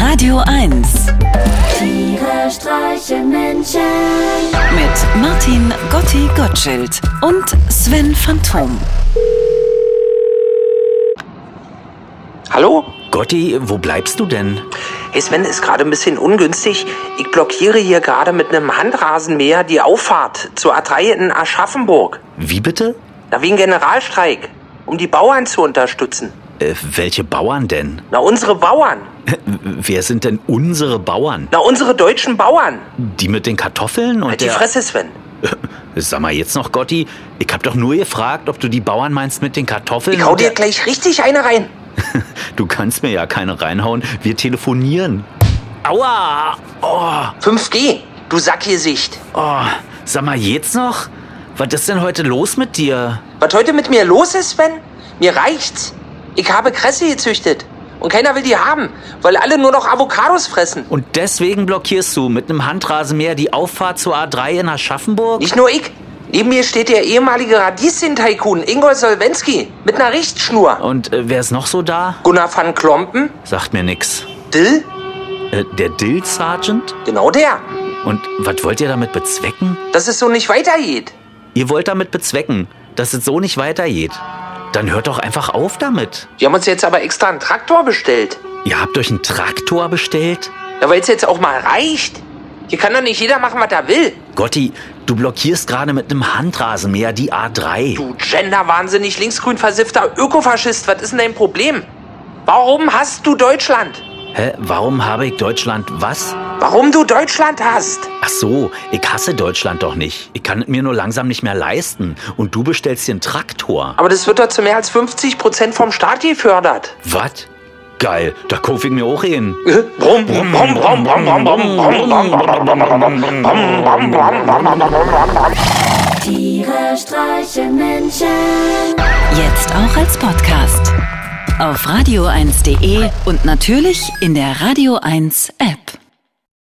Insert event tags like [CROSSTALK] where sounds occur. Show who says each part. Speaker 1: Radio 1
Speaker 2: Tiere streichen Menschen.
Speaker 1: mit Martin Gotti Gottschild und Sven Phantom.
Speaker 3: Hallo?
Speaker 4: Gotti, wo bleibst du denn?
Speaker 3: Hey Sven, ist gerade ein bisschen ungünstig. Ich blockiere hier gerade mit einem Handrasenmäher die Auffahrt zur A3 in Aschaffenburg.
Speaker 4: Wie bitte?
Speaker 3: Na, wegen Generalstreik. Um die Bauern zu unterstützen.
Speaker 4: Äh, welche Bauern denn? [LAUGHS]
Speaker 3: Na, unsere Bauern.
Speaker 4: Wer sind denn unsere Bauern?
Speaker 3: Na, unsere deutschen Bauern.
Speaker 4: Die mit den Kartoffeln und
Speaker 3: Halt die
Speaker 4: der...
Speaker 3: Fresse, Sven.
Speaker 4: Sag mal jetzt noch, Gotti, ich hab doch nur gefragt, ob du die Bauern meinst mit den Kartoffeln
Speaker 3: Ich hau
Speaker 4: und
Speaker 3: dir
Speaker 4: der...
Speaker 3: gleich richtig eine rein.
Speaker 4: Du kannst mir ja keine reinhauen. Wir telefonieren. Aua! Oh,
Speaker 3: 5G, du Sackgesicht.
Speaker 4: oh, sag mal jetzt noch? Was ist denn heute los mit dir?
Speaker 3: Was heute mit mir los ist, Sven? Mir reicht's. Ich habe Kresse gezüchtet. Und keiner will die haben, weil alle nur noch Avocados fressen.
Speaker 4: Und deswegen blockierst du mit einem Handrasenmäher die Auffahrt zur A3 in Aschaffenburg?
Speaker 3: Nicht nur ich. Neben mir steht der ehemalige Radieschen-Tycoon Ingol Solvenski mit einer Richtschnur.
Speaker 4: Und äh, wer ist noch so da?
Speaker 3: Gunnar van Klompen?
Speaker 4: Sagt mir nix.
Speaker 3: Dill?
Speaker 4: Äh, der Dill Sergeant?
Speaker 3: Genau der.
Speaker 4: Und was wollt ihr damit bezwecken?
Speaker 3: Dass es so nicht weitergeht.
Speaker 4: Ihr wollt damit bezwecken, dass es so nicht weitergeht. Dann hört doch einfach auf damit.
Speaker 3: Wir haben uns jetzt aber extra einen Traktor bestellt.
Speaker 4: Ihr habt euch einen Traktor bestellt?
Speaker 3: Ja, weil es jetzt auch mal reicht. Hier kann doch nicht jeder machen, was er will.
Speaker 4: Gotti, du blockierst gerade mit einem Handrasenmäher die A3.
Speaker 3: Du genderwahnsinnig linksgrün versiffter Ökofaschist, was ist denn dein Problem? Warum hast du Deutschland?
Speaker 4: Hä, warum habe ich Deutschland was?
Speaker 3: Warum du Deutschland hast?
Speaker 4: Ach so, ich hasse Deutschland doch nicht. Ich kann es mir nur langsam nicht mehr leisten. Und du bestellst dir einen Traktor.
Speaker 3: Aber das wird doch zu mehr als 50 Prozent vom Staat gefördert.
Speaker 4: Was? Geil, da kauf ich mir auch hin.
Speaker 3: Brumm, brumm, brumm, brumm, brumm, brumm, brumm, brumm, brumm, brumm, brumm, brumm, brumm, brumm, brumm, brumm, brumm, brumm, brumm.
Speaker 2: Tiere streichen Menschen.
Speaker 1: Jetzt auch als Podcast. Auf radio1.de und natürlich in der Radio 1 App.